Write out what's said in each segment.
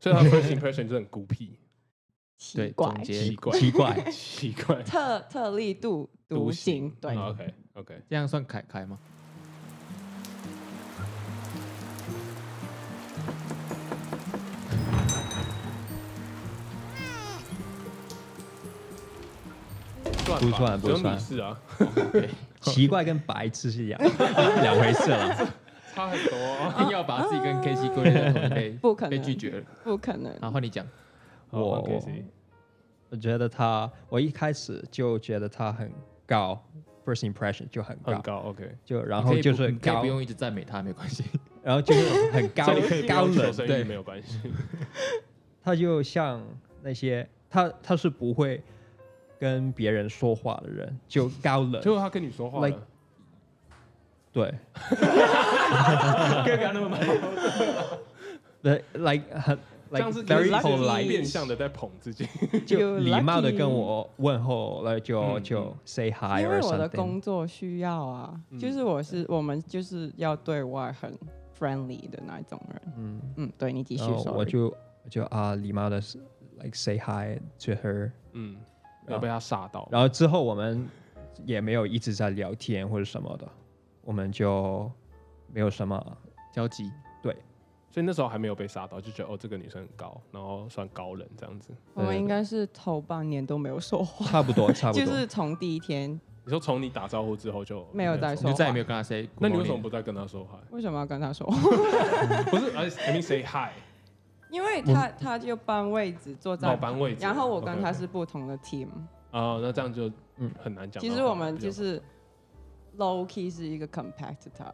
所以他 first impression 就是很孤僻、奇对，怪，总结奇怪奇怪，奇怪。特特立独独独行行，对， OK OK， 这样算凯凯吗？算不吧算不只有你算是啊，奇怪跟白痴是两两回事了， 差很多啊、硬要把自己跟 K C 归类在同一类，不可被能拒绝了。不可能。 然后你讲，好我换 Casey 我觉得他，我一开始就觉得他很高，first impression 就很高，很高，OK，就然你后可以就不是你可以高不，用一直赞美他，没关系。然后就是很 高这个可以不高用求冷，生欲对没有关系。他就像那些他他是不会跟别人说话的人，就高冷，结果他跟你说话了 Like- 对，可以不要 那么慢，对，like 很这 like 样是 very 可是 polite，变相的在捧自己。就 You 礼貌的 lucky 跟我问候，然后就嗯就 say hi 因 or 为我的 something。工作需要啊，嗯就是我是我们就是要对外很 friendly 的那种人。嗯，嗯，对你继续然后说。我就我就啊礼貌的 like say hi to her，嗯，要被他吓到。然后之后我们也没有一直在聊天或者什么的，我们就没有什么交集，所以那时候还没有被杀到，就觉得哦，这个女生很高，然后算高冷这样子。我们对应该是头半年都没有说话，差不多差不就多。是从第一天你说从你打招呼之后就没有再你说就话。再也没有跟他 say。那你为什么？不再跟她说话？为什么要跟他说话？不是，而 I mean say hi，因为他他就搬位置坐老在，哦班位置。然后我跟他 OK，OK 是不同的 team。哦，那这样就嗯很难讲到话。其实我们就比较是 low key 是一个 competitor，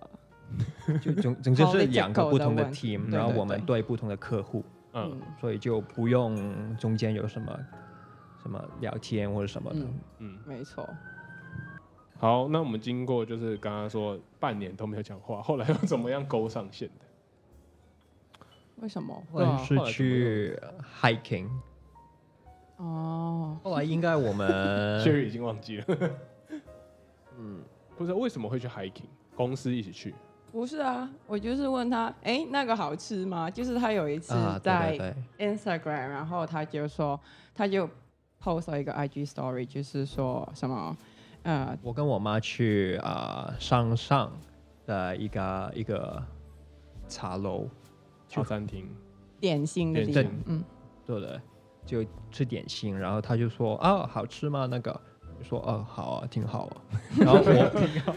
就总总之是 political 两个不同的的问 team，对然后对我们对对不同的客户，嗯嗯，所以就不用中间有什么什么聊天或者什么的。嗯，嗯。没错。好，那我们经过就是刚刚说半年都没有讲话，后来又怎么样勾上线的？为什么？或者是后来怎么去 hiking，哦，后来应该我 们 Sherry 已经忘记了。嗯，不知道为什么会去 hiking，公司一起去。不是啊，我就是问他，哎、那个好吃吗？就是他有一次啊，对对在对， Instagram，、然后他就说，他就 post 了一个 IG story，就是说什么，呃，我跟我妈去啊、呃、山上的一个一个茶楼，茶餐厅，点心的地点方心，嗯，对不对？就吃点心，然后她就说啊好吃吗？那个我说哦好啊，挺好啊。然后我挺好啊。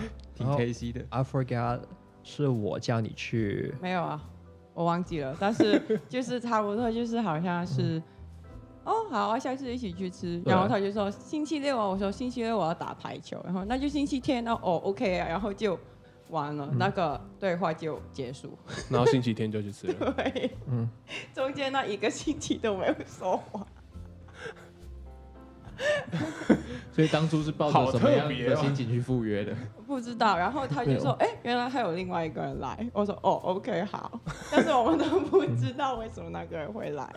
挺然后 K C 的， I forgot 是我叫你去没有啊，我忘记了，但是就是差不多，就是好像是。哦，好啊，下次一起去吃。嗯对啊然后他就说星期六啊，我说星期六我要打排球，然后那就星期天哦，哦，OK 啊，然后就完嗯了，那个对话就结束。然后星期天就去吃了。对，嗯中间那一个星期都没有说话。所以当初是抱着什么样的心情去赴约的？不知道，然后他就说：“哎、原来还有另外一个人来。”我说：“ 哦，OK，好。”但是我们都不知道为什么那个人会 来，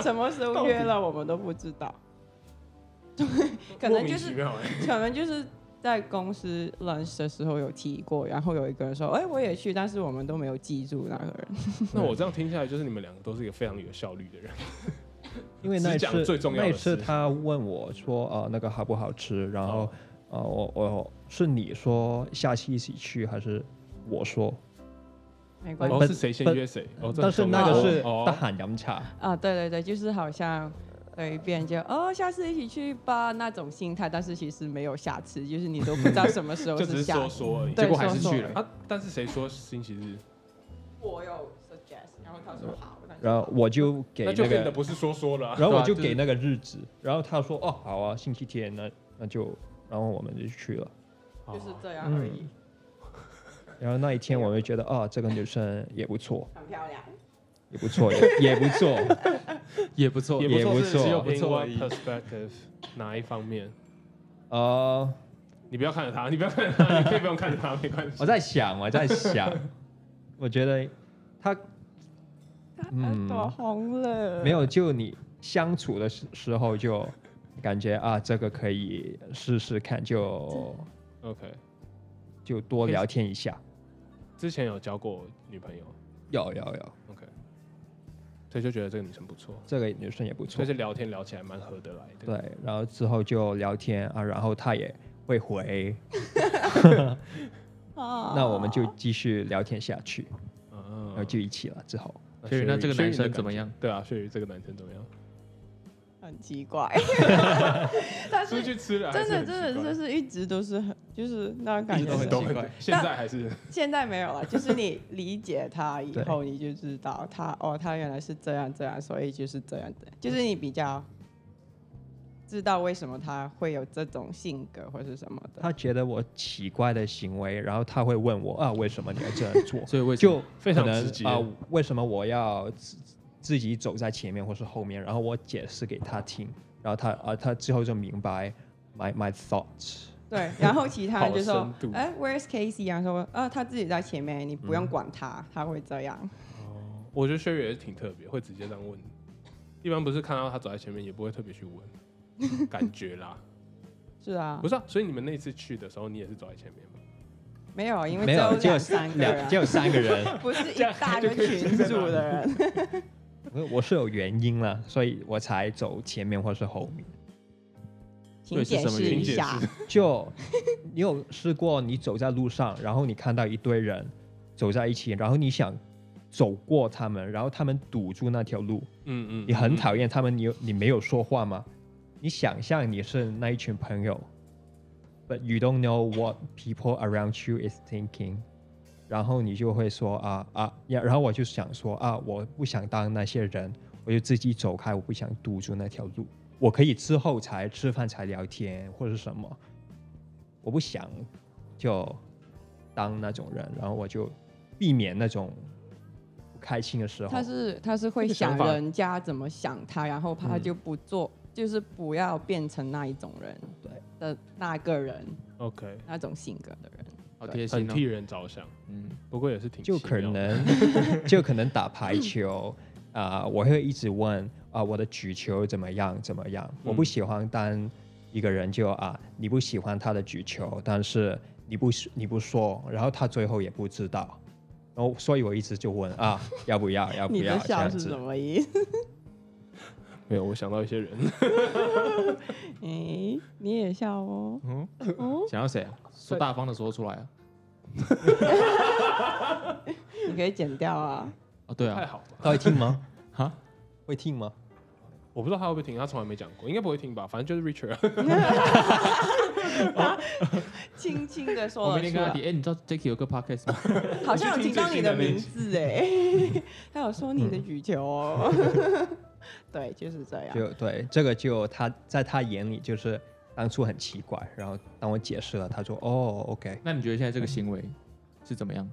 什么时候约了我们都不知道。对， 可能就莫名其是妙欸可能就是在公司 lunch 的时候有提过，然后有一个人说：“哎、我也去。”但是我们都没有记住那个人。那我这样听下来，就是你们两个都是一个非常有效率的人。因为那一只讲次最重要那的一事次他问我说啊、呃那个好不好吃，然后哦啊、呃我我是你说下期一起去还是我说？没关系、哦，是谁先约谁？哦，这但是很重那要个是哦大喊饮茶，啊，对对对，就是好像随便就哦，下次一起去吧那种心态，但是其实没有下次，就是你都不知道什么 时候就只是下说说而已。对结果还是说去说了。啊，但是谁说星期日？我有 suggest，然后他说好，那就然后我就给那那就变得个，不是说说了啊。 然后对啊我就就是给那个日子，然后他说哦好啊，星期天那那就，然后我们就去了。就是哦这样而已，然后那一天我就觉得啊、这个女生也不错，很漂亮。也不错，也也不错。 也不错，也不错只只有有不不错错而而已。已 In what。Perspective 哪一方面？呃，你不要看着他，你不要看着他，你可以不用看着他，没 关系我。在想，我在想，我觉得他耳嗯朵哎红了，没有，就你相处的时时候就感觉啊，这个可以试试看，就 OK，就多聊天一下。之前有交过女朋友有有有， ，OK，所以就觉得这个女生不错，这个女生也不所错以，这聊天聊起来蛮合得来的。对，然后之后就聊天啊，然后她也会回，啊那我们就继续聊天下去，然后嗯，就一起了。之后所以那这个男生怎么样？样？对啊，所以这个男生怎么样？很奇怪，但出是去吃了还真是的很真奇的怪，就是一直都是很就是那感一觉直都很是奇怪很现在还是现在没有了，就是你理解他以后，你就知道他哦，他原来是这样这样，所以就是这样的，就是你比较知道为什么他会有这种性格或是什么的。她觉得我奇怪的行为，然后她会问我啊，为什么你要这样做？所以为什么就非常可能直接啊、为什么我要自自己走在前面或是后面？然后我解释给他听，然后他啊、他之后就明白 my my thoughts。对，然后其呃他人就好说深：“度哎、w h e r e s Casey 啊？”说：“啊，他自己在前面，你不用管他，嗯他会这样。哦，我觉得薛岳也是挺特别，会直接这样问。一般不是看到他走在前面，也不会特别去问，感觉啦。”是啊不，是啊，所以你们那次去的时候，你也是走在前面吗？没有，因为没只有，有只有两三个两，人只，有三个人。 不是一大个群组的 人。我我是有原因了，所以我才走前面或是后面。请解释一下请解，就你有试过你走在路上，然后你看到一堆人走在一起，然后你想走过他们，然后他们堵住那条路，嗯嗯，你很讨厌他们，你有你没有说话吗？你想象你是那一群朋友，but you don't know what people around you is thinking，然后你就会说啊啊，呀然后我就想说啊，我不想当那些人，我就自己走开，我不想堵住那条路，我可以之后才吃饭才聊天或者什么，我不想就当那种人，然后我就避免那种不开心的时候他。是他是会这个想想法人家怎么想他，然后他嗯就不做，就是不要变成那一种人，对的那个人 OK，那种性格的人。好贴很心哦替。人着想，嗯，不过也是挺就奇可妙的能 就可能打排 球啊、我会一直问啊、我的举球怎么样怎么样？嗯我不喜欢当一个人就啊、你不喜欢他的举球，但是你不你不说，然后他最后也不知道，然后所以我一直就问 啊要不要要不你要的这笑样是什子，么意思？没有，我想到一些人，哎、你也笑哦。哦，想要谁啊？说大方的说出来啊！你可以剪掉啊。哦， 对太啊，好了。他会听 吗？哈，会听吗？我不知道他会不会听，他从来没讲过，应该不会听吧？反正就是 Richard，轻轻的说我了明天出跟来，他提，哎，你知道 Jacky 有个 podcast 吗？ 好像有听到你的名字哎， 他有说你的举球哦，对，就是这样。就对这个就他在他眼里就是当初很奇怪，然后当我解释了，他说哦 OK，那你觉得现在这个行为是怎么样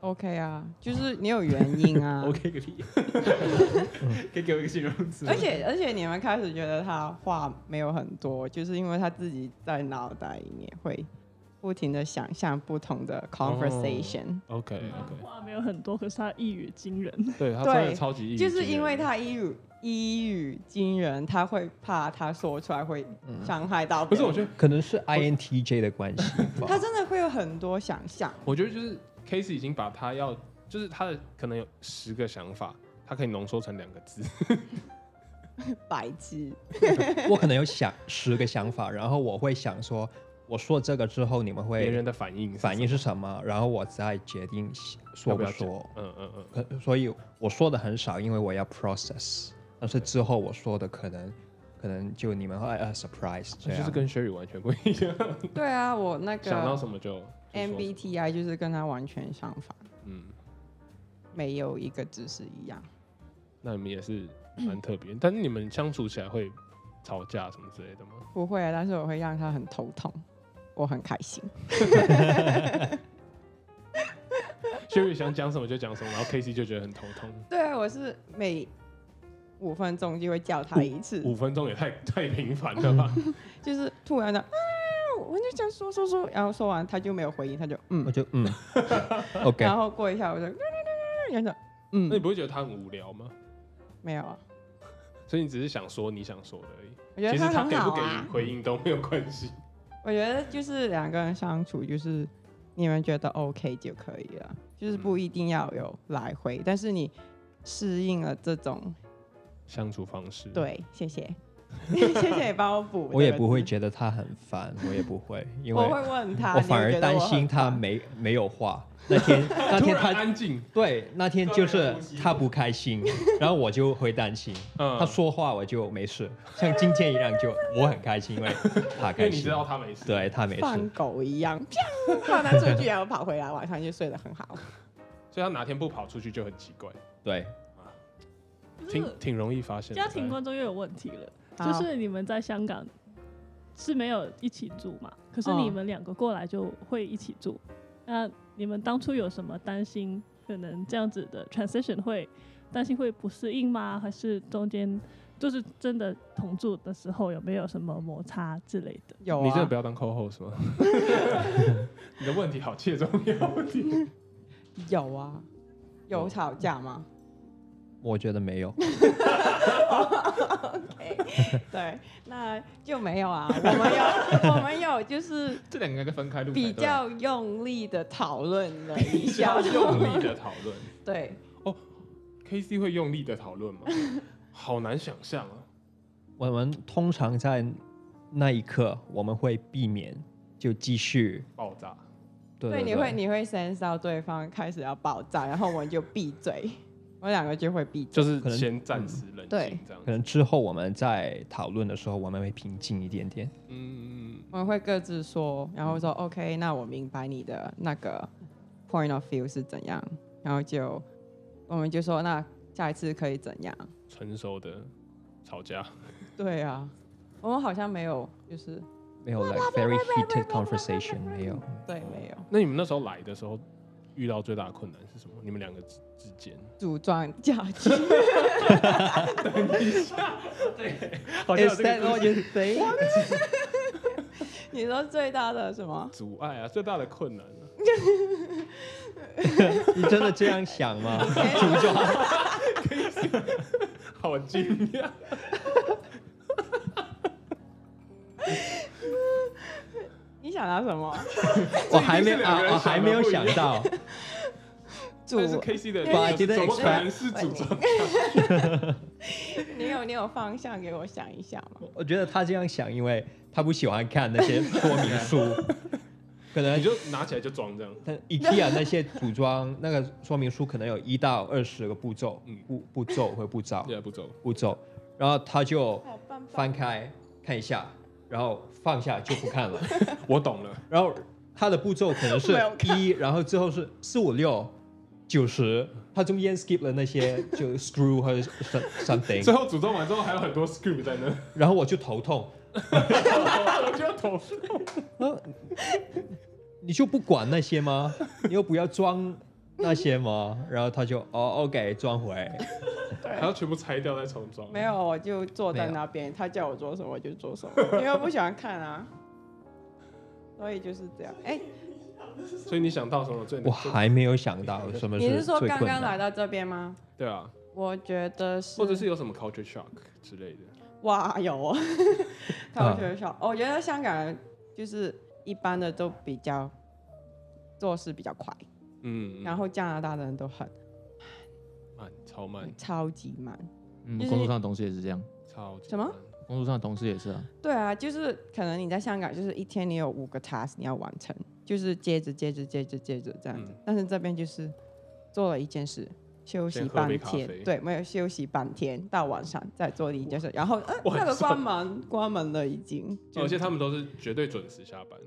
OK 啊，就是你有原因啊。 ？OK 个屁！可以给我一个形容词吗而且而且你们开始觉得他话没有很多，就是因为他自己在脑袋里面会不停的想象不同哦的 conversation，、 OK 他 OK，话没有很多，可是他一语惊人。嗯对他真对的超级抑郁就症的是人因为他一语一语惊人，他会怕他说出来会伤害到不嗯别是，人。我觉得可能是 INTJ 的关系 吧，他真的会有很多想象，我觉得就是 Casey 已经把他要就是他的可能有十个想法，他可以浓缩成两个字，白痴。 我可能有想十个想法，然后我会想说，我说这个之后你们别人会的反应反应是什么，然后我再决定要说不不要说。讲嗯嗯嗯，可所以我说的很少，因为我要 process。但是之后我说的可能可能就你们会呃 surprise 这啊那样。就是跟 Sherry 完全不一样，对啊，我那想到个什么就就说 MBTI 就是跟他完全相反，嗯，没有一个只是一样。那你们也是蛮特别，但是你们相处起来会吵架什么之类的吗？不会，啊但是我会让他很头痛，我很开心。 Sherry 想讲什么就讲什么，然后 Casey 就觉得很头痛。对啊，我是每五分钟就会叫他一次，五分钟也太太频繁了吧？就是突然的，啊，我就这样说说说，然后说完他就没有回应，他就我嗯，就 嗯，OK 然。后过一下我就，然后就那你嗯，不会觉得他很无聊吗？没有啊，所以你只是想说你想说的而已。我觉其得实他很给好不给啊予，回应都没有关系。我觉得就是两个人相处，就是嗯你们觉得 OK 就可以了，就是不一定要有来回，但是你适应了这种。相处方式。，对，谢谢， 谢谢你帮我补。我也不会，觉得他很烦，我也不会，因为我会问他，我你有反而觉得担我很心他烦没没有话。那 天那突天然他安静，对那天就是他不开 心，然后我就会担心。嗯他说话我就没事，像今天一样就我很开心，因为他因为开你心知，道他没事。对他没放事。狗一样， 啪把它出去，然后跑回来，晚上就睡得很好。所以他哪天不跑出去就很奇怪，对，挺挺容易发现的。家庭观众又有问题了，好就是你们在香港是没有一起住嘛？可是你嗯们两个过来就会一起住，那你们当初有什么担心？可能这样子的 transition 会担心会不适应吗？还是中间就是真的同住的时候有没有什么摩擦之类 的？有你真的啊不，要当 co host 吗？ 你的问题好切中要点。有啊，有吵架吗？我觉得没有。对，那就没有啊。我们有，我 们有就是 这两个应该分开录才对啊比较用力的讨论了一需要下，用力的讨论对， ，K C 会用力的讨论吗？好难想象啊。我们通常在那一刻我们会避免就继续。爆炸，对对对，你会你会 sense 到对方开始要爆炸，然后我们就闭嘴，我们两个就会闭就嘴。是可能先暂时冷对静这样可。能之后我们在讨论的时候，我们会平静一点点。嗯，我们会各自说，然后说、OK，那我明白你的那个 point of view 是怎样，然后就我们就说那下一次可以怎样？成熟的吵架，对啊，我们好像没有，就是没有 like very heated conversation，没有。对没有那你们那时候来的时候遇到最大的困难是什么？你们两个之之间，组装家具。 好 Is that what you think？你说最大的什么？阻碍啊，最大的困难、啊。你真的这样想吗？好惊讶，你想到什么？我还没这一定是两个人啊，我还没有想到。组但是 K C 的 But I didn't 怎么可能是组装？你有你有方向给我想一想吗？我觉得他这样想，因为他不喜欢看 那些说明书，可能你就拿起来就装这样，但 IKEA 那些 组装那个说明书可能有一到二十个步骤嗯，步步骤或步骤对啊，不走。步骤，然后他就好棒翻开看一下，然后放下就不 看了，我懂了，然后他的步骤可能是没有一，然后最后是四五六。九十，他中间 skip 了那些就 screw 或者 some- 最 something，后组装完之后还有很多 script 在那，然后我就头痛，我就要投诉。你就不管那些吗？ 你又不要装那些吗？然后他就哦，OK，装回。 还要全部拆掉再重装。没，有，我就坐在没有那边，他叫我做什么我就做什么，因为我不喜欢看啊。所以就是这样。哎、所以你想到什么最？我还没有想到什么你是最说困刚刚来难。到这边吗？对啊，我觉得是，或者是有什么 culture shock 之类的。哇 有哦，啊他会觉得笑。我觉得香港人就是一般的都比较做事比较快，嗯，然后加拿大的人都很慢，超慢，超级慢。嗯，就是工作上的同事也是这样，超级什么慢？哦工作上的同事也是啊。对啊，就是可能你在香港就是一天你有五个 task 你要完成，就是接着接着接着接着这样子。嗯但是这边就是做了一件事，休息先喝半杯咖啡天，对，没有休息半天，到晚上再做一件事，然后呃晚那个上关门关门了已经。就而且他们都是绝对准时下班，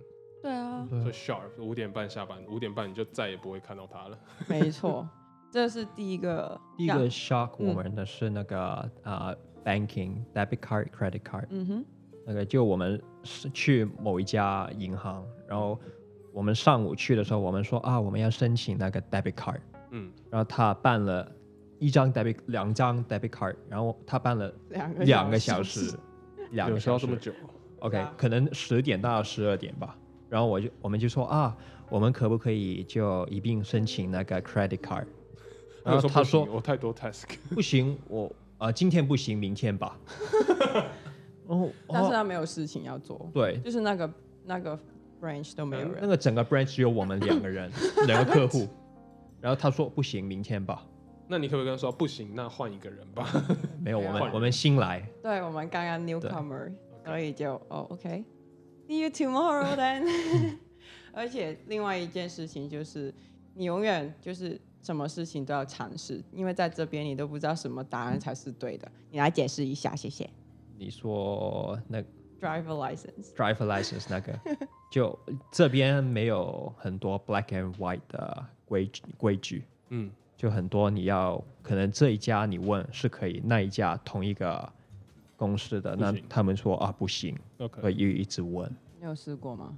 对啊，所以 sharp 五点半下班，五点半你就再也不会看到他了。没错，这是第一个第一让个 shock 嗯我们的是那个啊 banking debit card credit card，嗯哼。那个就我们是去某一家银行，然后我们上午去的时候，我们说啊我们要申请那个 debit card，嗯，然后他办了一张 debit 两张 debit card，然后他办了两个两个小时，两有个需要小时这么久？ OK，、对啊可能十点到十二点吧。然后我就我们就说啊，我们可不可以就一并申请那个 credit card？然后啊说他不行说我太多 task，不行，我啊、呃今天不行，明天吧。然后但是哦，他没有事情要做，对，就是那个那个 branch 都没有那人。个整个 branch 只有我们两个人，两个客户。然后他说不行，明天吧。那你可不可以跟他说不行，那换一个人吧？没有，我换们人我们新来，对我们刚刚 newcomer，所以就哦 OK，see、you tomorrow then 。 而且另外一件事情就是，你永远就是什么事情都要尝试，因为在这边你都不知道什么答案才是对的。你来解释一下，谢谢。你说那 Driver license， driver license 那个，就这边没有很多 black and white 的规矩规矩，嗯，就很多你要可能这一家你问是可以，那一家同一个公司的，不那行他们说啊不行， OK，所以一直问。你有试过吗？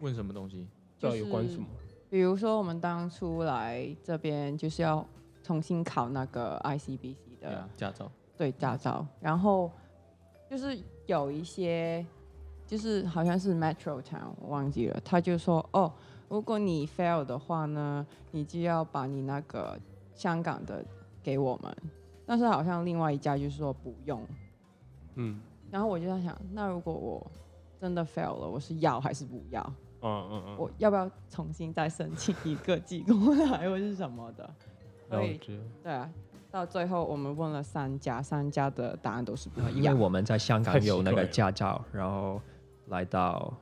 问什么东西？这有关什么？比如说我们当初来这边就是要重新考那个 ICBC 对的啊，驾照。对驾照，然后就是有一些，就是好像是 Metro Town，我忘记了，他就说哦，如果你 fail 的话呢，你就要把你那个香港的给我们，但是好像另外一家就是说不用，嗯，然后我就在想，那如果我真的 fail 了，我是要还是不要？啊嗯啊啊，我要不要重新再申请一个寄过来，或是什 么的？所以知道对啊，到最后我们问了三家，三家的答案都是不一因为样。我们在香太港奇有那怪个了驾照，然后来到，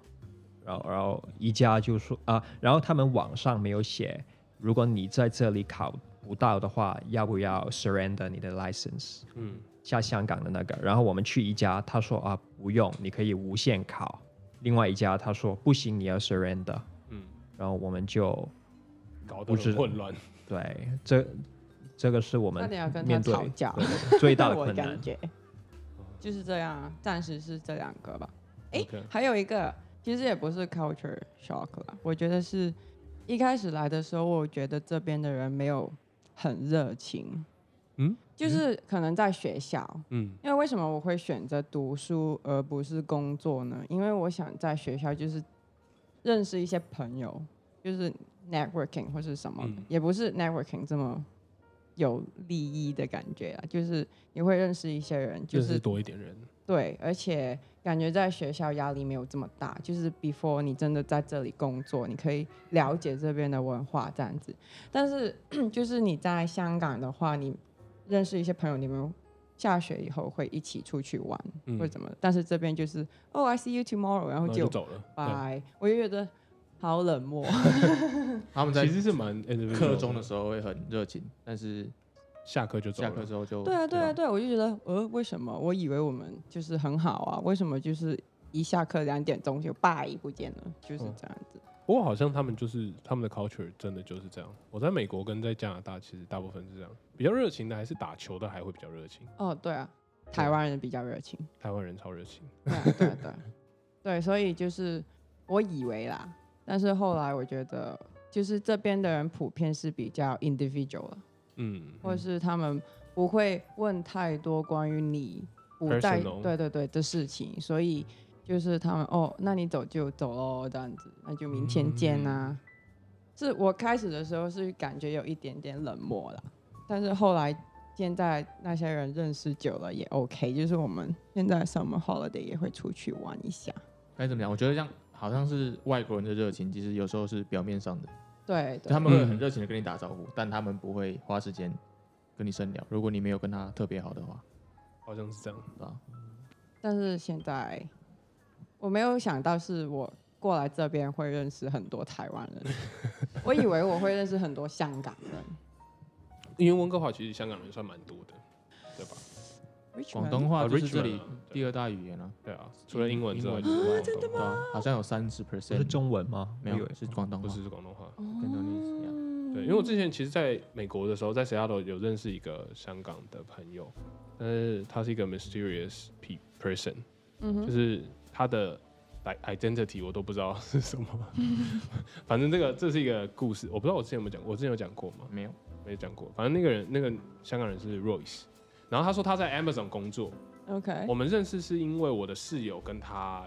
然后然后一家就说啊，然后他们网上没有写，如果你在这里考不到的话，要不要 surrender 你的 license？嗯，下香港的那个，然后我们去一家，他说啊不用，你可以无限考。另外一家他说不行，你要 surrender。嗯，然后我们就搞得不知很混乱。对这这个是我那们你要跟他面对吵架，对最大的我困难嗯感。觉就是这样啊，暂时是这两个吧。嗯哎 OK 还有一个其实也不是 culture shock 啦，我觉得是一开始来的时候，我觉得这边的人没有很热情。嗯，就是可能在学校，嗯，因为为什么我会选择读书而不是工作呢？因为我想在学校就是认识一些朋友，就是 networking 或是什么的，嗯也不是 networking 这么有利益的感觉啊，就是你会认识一些人，就就是是多一点人。对，而且感觉在学校压力没有这么大，就是 before 你真的在这里工作，你可以了解这边的文化这样子。但是 就是你在香港的话，你认识一些朋友，你们下学以后会一起出去玩、嗯或者怎么的，但是这边就是哦、i see you tomorrow，然后然后就就走了。拜，我就觉得好冷 漠。哎他们对，在其实是蛮课中的时时候会很热情，但是候，下课就走下课了。之后就对啊，对啊，吧对啊，我就觉得呃，为什么我以为我们就是很好啊，为什么就是一下课两点钟就拜不见了，就是嗯这样子。不过好像他们就是他们的 culture 真的就是这样。我在美国跟在加拿大其实大部分是这样，比较热情的还是打球的还会比较热情，哦，对啊，台湾人比较热情，台湾人超热情。对啊，对啊，对啊，对，所以就是我以为啦，但是后来我觉得，就是这边的人普遍是比较 individual 了，嗯，或是他们不会问太多关于你不在 Personal 对对对的事情，所以就是他们哦，那你走就走喽，这样子，那就明天见啊。是我开始的时候是感觉有一点点冷漠啦，但是后来现在那些人认识久了也 OK，就是我们现在 summer holiday 也会出去玩一下。该怎么讲？我觉得这样好像是外国人的热情，其实有时候是表面上的，对，就对他们会很热情的跟你打招呼，但他们不会花时间跟你深聊。如果你没有跟他特别好的话，好像是这样。对吧？但是现在我没有想到是我过来这边会认识很多台湾人，我以为我会认识很多香港人。因为温哥华其实香港人算蛮多的，对吧？广东话就是这 Richmond 里啊第二大语言啊，对啊，除了英文之外英就是广东对啊，好像有三十不是 percent 中文吗？哎没我以有为是广东不话，是是广东话。哦跟东尼一样。嗯对，因为我之前其实在美国的时候，在 Seattle 有认识一个香港的朋友，但是他是一个 mysterious pe- person，嗯哼就是他的 i- identity 我都不知道是什么。 反正这个这是一个故事，我不知道我之前有没有讲，我之前有讲过吗？没有，没讲过。反正那个人，那个香港人是 Royce，然后他说他在 Amazon 工作， ，OK 我们认识是因为我的室友跟他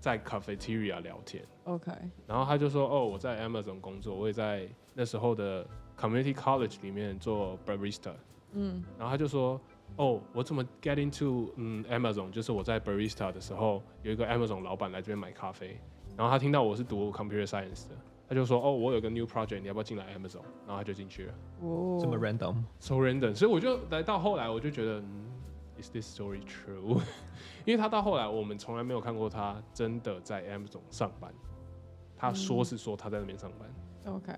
在 cafeteria 聊天， OK，然后他就说：“哦，我在 Amazon 工作，我也在那时候的 community college 里面做 barista。”嗯，然后他就说：“哦，我怎么 get into 嗯 Amazon？就是我在 barista 的时候，有一个 Amazon 老板来这边买咖啡，然后他听到我是读 computer science 的，他他就说哦，我有个 new project，你要不要进来 Amazon？然后他就进去了哦，这么 random， ，so random。所以我就来到后来，我就觉得、嗯、，is this story true？因为 他到后来，我们从来没有看过他真的在 Amazon 上班。他说是说他在那边上班， OK，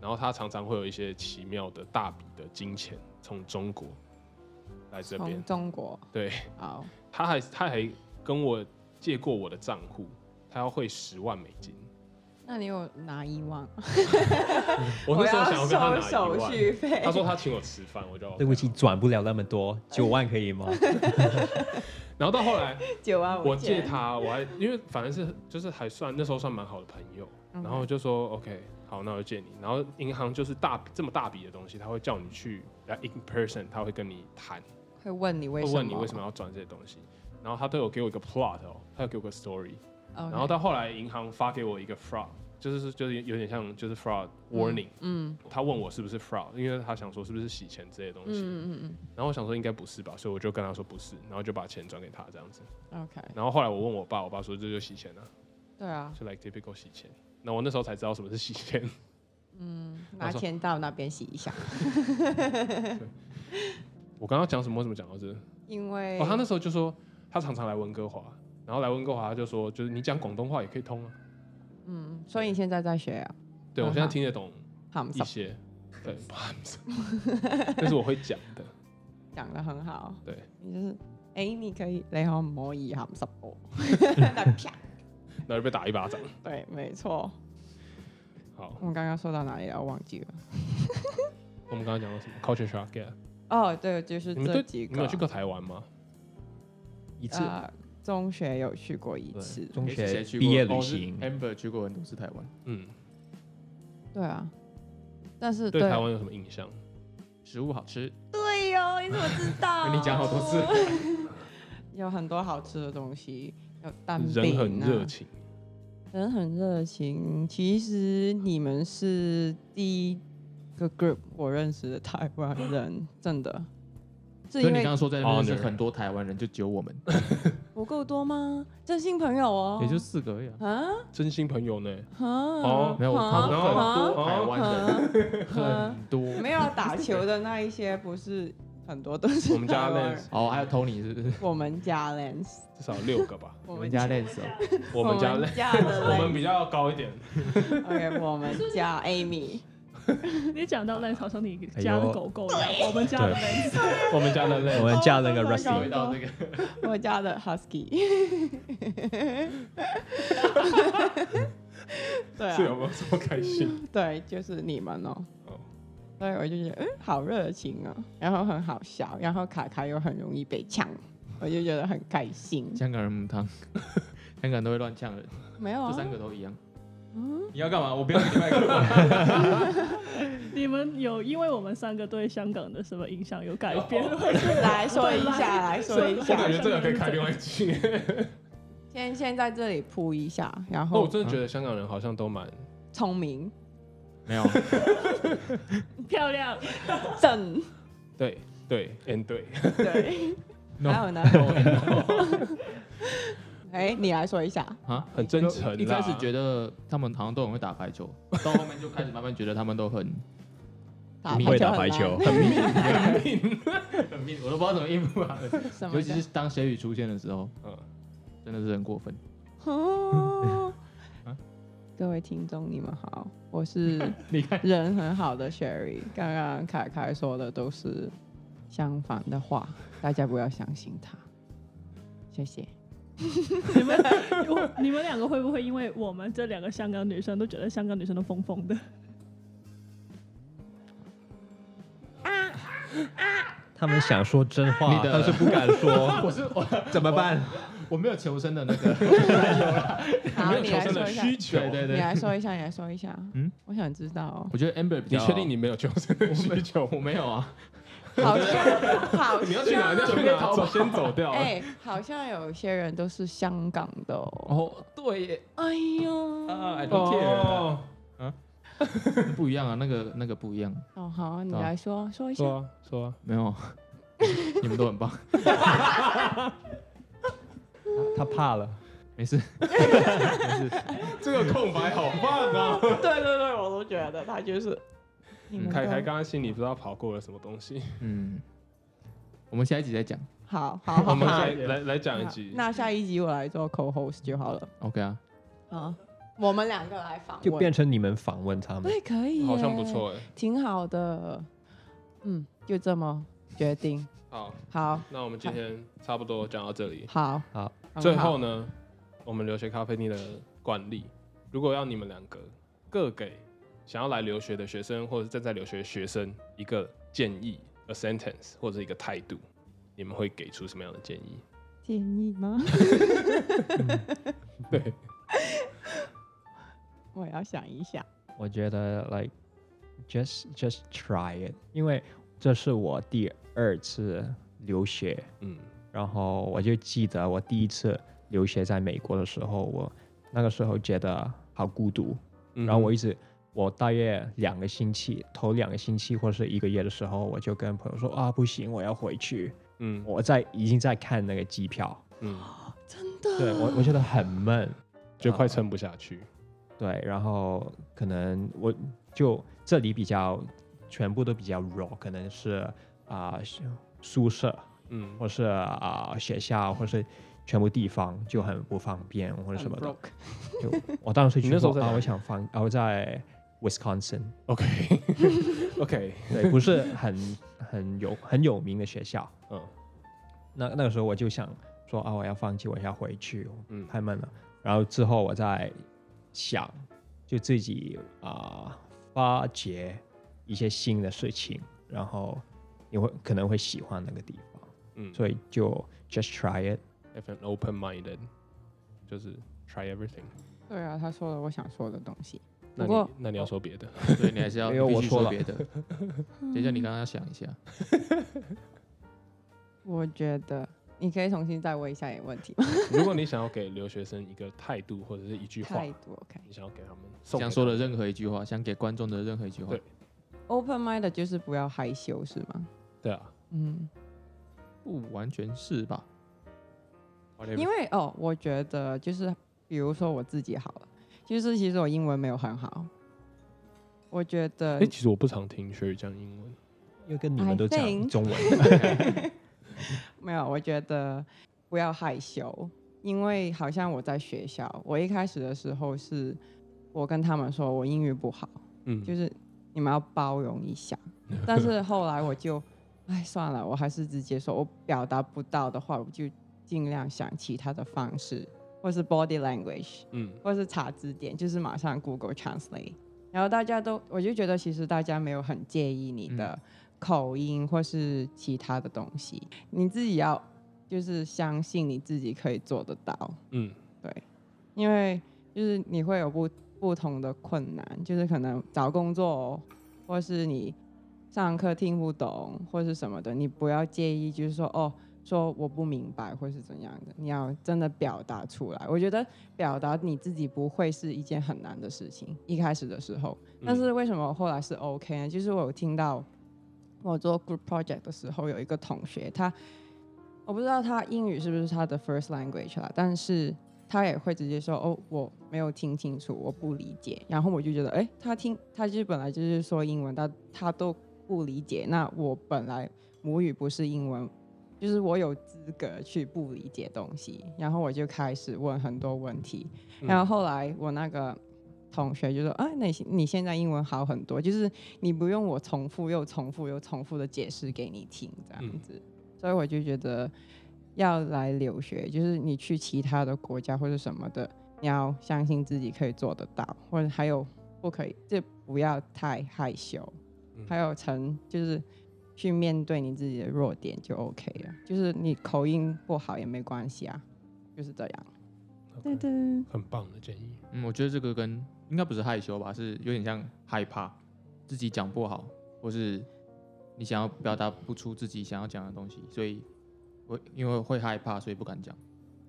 然后他常常会有一些奇妙的大笔的金钱从中国来这边从，中国对，好，他还他还跟我借过我的账户，他要汇十万美金。那你有拿一万？我那时候要想要跟他拿收一手万，续费。他说他请我吃饭，我就对不起，转不了那么多，九万可以吗？然后到后来九万五，我借，他，我还因为反正是就是还算那时候算蛮好的朋友，然后我就说 OK 好，那我就借你。然后银行就是大这么大笔的东西，他会叫你去来 in person，他会跟你谈，会问你为会什么？问你为什么要转这些东西。然后他都有给我一个 plot 哦，他有给我个 story， OK？然后到后来，银行发给我一个 fraud，就是就是有点像就是 fraud warning、嗯他问我是不是 fraud，因为他想说是不是洗钱之类的东嗯西。嗯嗯然后我想说应该不是吧，所以我就跟他说不是，然后就把钱转给他这样子。嗯，OK，然后后来我问我爸，我爸说这就洗钱啊，对啊，就 like typical 洗钱。那我那时候才知道什么是洗钱。嗯，我拿说钱到那边洗一下，我刚刚讲什么？我怎么讲到这？因为哦，他那时候就说他常常来温哥华，然后来温哥华他就说就是你讲广东话也可以通啊。嗯，所以你现在在学啊，对我现在听得懂好，我们一些， 对，但是我会讲的。讲的很好，对，你就是，哎，你可以，你可唔可以含十波？ 那啪，然后就被打一巴掌。对，没错，好，我们刚刚说到哪里了？我忘记了。我们刚刚讲到什么？Culture Shock Gap。哦，对，就是你们这对，几你个。们有去过台湾吗？一次，呃，中学有去过一次对，中之学前去毕过业哦旅是行， Amber 去过很多次台湾，嗯，对啊，但是对台湾有什么印象？食物好吃，对哦，你怎么知 道？跟你讲好多次， 有很多好吃的东西，有蛋饼、啊，人很热，情，人很热情。其实你们是第一个 group 我认识的台湾人，真的是所以因你刚为刚说在那边是 Honor 很多台湾人，就只有我们，不够多吗？真心朋友哦，也就四个而已啊。啊真心朋友呢？啊哦没有，我看啊然过后很啊多台湾人，啊 很多。没有打球的那一些，不是很多都是我们家台湾 Lens 人哦，还有 Tony 是不是？我们家 Lens，，至少六个吧我我们们家 Lens 哦，我们家 我 Lens，们家的我们 Lens 比较高一点。 OK，我们 家 Amy，你讲到 Lens 好像你哎呦家的狗狗一样，我们家的 Lens 我们家的哦我 Lens，们加了个 Oh my God Rusty，回到这个我家的 Husky。对是有啊，没有这么开 心？对，就是你们哦、哦所以我就觉得，嗯，好热情哦、然后很好笑，然后卡卡又很容易被呛，我就觉得很开心。香港人母汤， 香港人都会乱呛人，没有这啊，三个都一样。嗯，你要干嘛？我不要给你麦克风。你们有因为我们三个对香港的什么影响有改变吗？来说一下，来说一我下感，觉这个可以开另外一 期。先先在这里铺一下，那然我后真的觉得香港人好像都蛮聪明、没 有，漂亮，正，对对，and 对， 对， No 还有呢？哎，你来说一下，很真诚啦。啊一开始觉得他们好像都很会打排球，到后面就开始慢慢觉得他们都很打你会打排球很，很命很命，很命，我都不知道怎么应付他们。烂什么尤的其是当血雨出现的时候，嗯，真的是很过分。哦啊嗯各位听众，你们好，我是 你看，人很好的 Sherry。刚刚凯凯说的都是相反的话，大家不要相信他。谢谢。你们我 你们两个会不会因为我们这两个香港女生都觉得香港女生都疯疯的？他们想说真话，你的但是不敢我说，哦是我 怎么 办？我没有求生的那个，好，没有你求来生说的一下，需求。 对对你对。来说一下，你来说一下。嗯嗯，我想知道哦。我觉得 Amber 比你较，确定你没有求生的需求？我没有啊？好像 好你要去哪？像你要去准备哪？逃走，跑先走掉。哎，好像有些人都是香港的哦。 哦，对耶，哎呦，啊，I 哎 don't care，哦，不一样啊，那个那个不一样，哦好，你啊来说说一下。说啊说啊，没有， 你们都很棒。他怕了，没事，这个空白好棒啊！对 对对，我都觉得他就是。嗯你们凯都凯刚刚心里不知道跑过了什么东西， 嗯，我们下一集再讲好好好我们好来，来来讲一集。那下一集我来做 co-host 就好了。 ，OK 啊，啊，我们两个来访问，就变成你们访问他们。对，可以，好像不，错哎。挺好的。嗯，就这么决定。好，好，那我们今天差不多讲到这里。好，好，很最好后呢，我们留学咖啡厅的惯例，如果要你们两个各给想要来留学的学生或者正在留学的学生一个建议，a sentence 或者一个态度，你们会给出什么样的建议？建议吗？ 对，我要想一想。我觉得 like just just try it，因为这是我第二次留学，嗯，然后我就记得我第一次留学在美国的时候，我那个时候觉得好孤独，嗯然后我一直，我大约两个星期，头两个星期或是一个月的时候，我就跟朋友说啊，不行，我要回去，嗯我在已经在看那个机票，嗯，对我我觉得很闷，就快撑不下去。对，然后可能我就这里比较全部都比较 raw，可能是啊、宿宿舍嗯或是啊、学校或是全部地方就很不方便或者什么的， broke 就我 当时你去那时候过在啊，哪我里想放啊我在 Wisconsin。 ，OK OK， 对，不是很很有很有名的学校。嗯那那个时候我就想说啊，我要放弃，我要回去，嗯太闷了。然后之后我在想，就自己啊、发掘一些新的事情，然后你会可能会喜欢那个地方，嗯，所以就 just try it。 have an open minded，就是 try everything。对啊，他说了我想说的东西。那不你过那你要说别的， 对 你还是要没有我必须错说了别的，等一下你嗯刚刚要想一下，我觉得你可以重新再问一下你的问题。如果你想要给留学生一个态度或者是一句话态，度 OK。你想要给他们送想给说他的们任何一句话，想给观众的任何一句话对， Open mind 的就是不要害羞，是吗？对啊，嗯，不完全是吧？因为哦，我觉得就是比如说我自己好了，就是其实我英文没有很好，我觉得哎、其实我不常听学语讲英文。因为跟你 I 哎们都讲 think- 中文，没有，我觉得不要害羞，因为好像我在学校，我一开始的时候是我跟他们说我英语不好，嗯，就是你们要包容一下。 但是后来我就， 哎，算了，我还是直接说，我表达不到的话，我就尽量想其他的方式，或是 body language，嗯或是查字典，就是马上 Google Translate。然后大家都，我就觉得其实大家没有很介意你的口音或是其他的东西，你自己要就是相信你自己可以做得到。嗯因为就是你会有不不同的困难，就是可能找工作，哦或是你上课听不懂，或是什么的，你不要介意，就是说哦，说我不明白或是怎样的，你要真的表达出来。我觉得表达你自己不会是一件很难的事情，一开始的时候。嗯但是为什么我后来是 OK 呢？就是我有听到我做 group project 的时候，有一个同学，他我不知道他英语是不是他的 first language 啦，但是他也会直接说哦，我没有听清楚，我不理解。然后我就觉得，哎，他听他就是本来就是说英文，他他都不理解。那我本来母语不是英文，就是我有资格去不理解东西。然后我就开始问很多问题。嗯然后后来我那个同学就说，啊，那你你现在英文好很多，就是你不用我重复又重复又重复的解释给你听这样嗯子。所以我就觉得。要来留学，就是你去其他的国家或者什么的，你要相信自己可以做得到，或者还有不可以，就不要太害羞，嗯还有成就是去面对你自己的弱点就 OK 了，就是你口音不好也没关系啊，就是这样。对 OK，对，嗯很棒的建议。嗯，我觉得这个跟应该不是害羞吧，是有点像害怕自己讲不好，或是你想要表达不出自己想要讲的东西，所以我因为会害怕，所以不敢讲。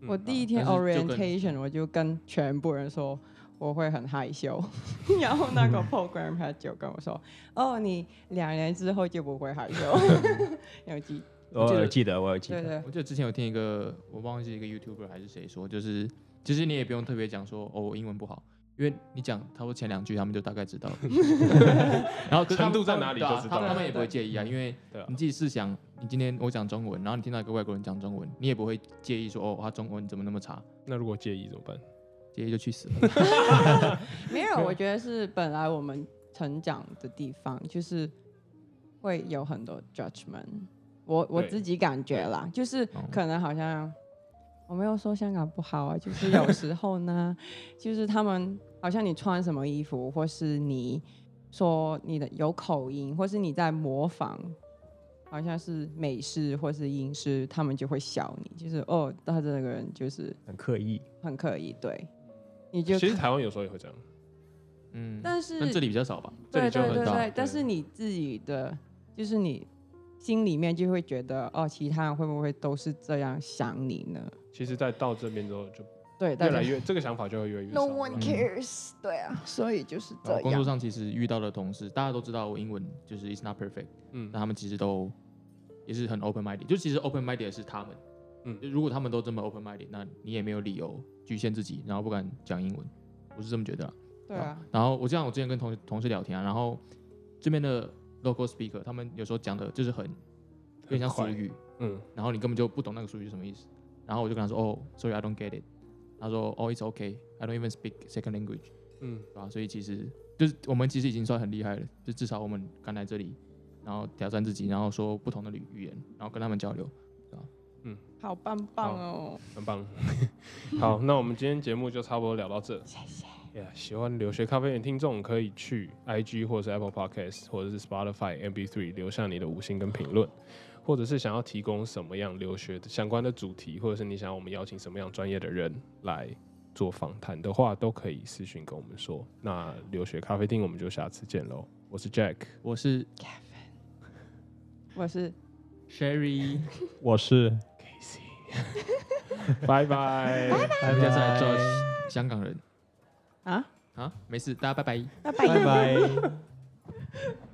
嗯我第一天啊但是就跟 orientation 我就跟全部人说我会很害羞， 然后那个嗯 program 他就跟我说，哦，你两年之后就不会害羞， 有记嗯哦我有记得，我有记对得，对我记得之前有听一个，我忘记一个 YouTuber 还是谁说，就是其实你也不用特别讲说哦，我英文不好，因为你讲差不多前两句，他们就大概知道了。 然后可是他程们度在哪里他们就知对啊道他了们他们也不会介意啊，因为 对啊你自己试想，你今天我讲中文，然后你听到一个外国人讲中文，你也不会介意说哦，他中文怎么那么差，那如果介意怎么办？介意就去死了。 没有，我觉得是本来我们成长的地方，就是会有很多 judgment。我我对自己感觉啦，就是哦可能好像我没有说香港不好啊，就是有时候呢， 就是他们好像你穿什么衣服，或是你说你的有口音，或是你在模仿，好像是美式或是英式，他们就会笑你，就是哦，他这个人就是很刻意。很刻意，对，你就其实台湾有时候也会这样，嗯，但是但这里比较少吧？这对里就对很对大对，但是你自己的就是你心里面就会觉得，哦，其他人会不会都是这样想你呢？其实，在到这边之后，就对，大越家来越这个想法就会越来越少 No 了。 one cares，、对啊， 所以就是然这后工作样。上其实遇到的同事，大家都知道我英文就是 is not perfect，嗯但他们其实都也是很 open minded，就其实 open minded 的是他们。嗯如果他们都这么 open minded，那你也没有理由局限自己，然后不敢讲英文，我是这么觉得啦。对啊，然后我这样，我之前跟同同事聊天啊，然后这边的 local speaker 他们有时候讲的就是很有点像俗很快语，嗯，然后你根本就不懂那个俗语是什么意思。然后我就跟他说，哦，sorry I don't get it。他说，哦，it's okay，I don't even speak second language。嗯，对吧、所以其实就是我们其实已经算很厉害了，就至少我们刚来这里，然后挑战自己，然后说不同的语语言，然后跟他们交流。好棒棒哦！很棒。 好，那我们今天节目就差不多聊到这。谢谢。呀喜欢留学咖啡的听众可以去 IG 或者是 Apple Podcast 或者是 Spotify MB3 留下你的五星跟评论，或者是想要提供什么样留学的相关的主题，或者是你想要我们邀请什么样专业的人来做访谈的话，都可以私讯跟我们说。那留学咖啡厅我们就下次见喽，我是 Jack，我是我是 Sherry，我是 拜拜。我们下次来 Josh，香港人啊，啊，没事，大家拜拜。拜拜拜拜。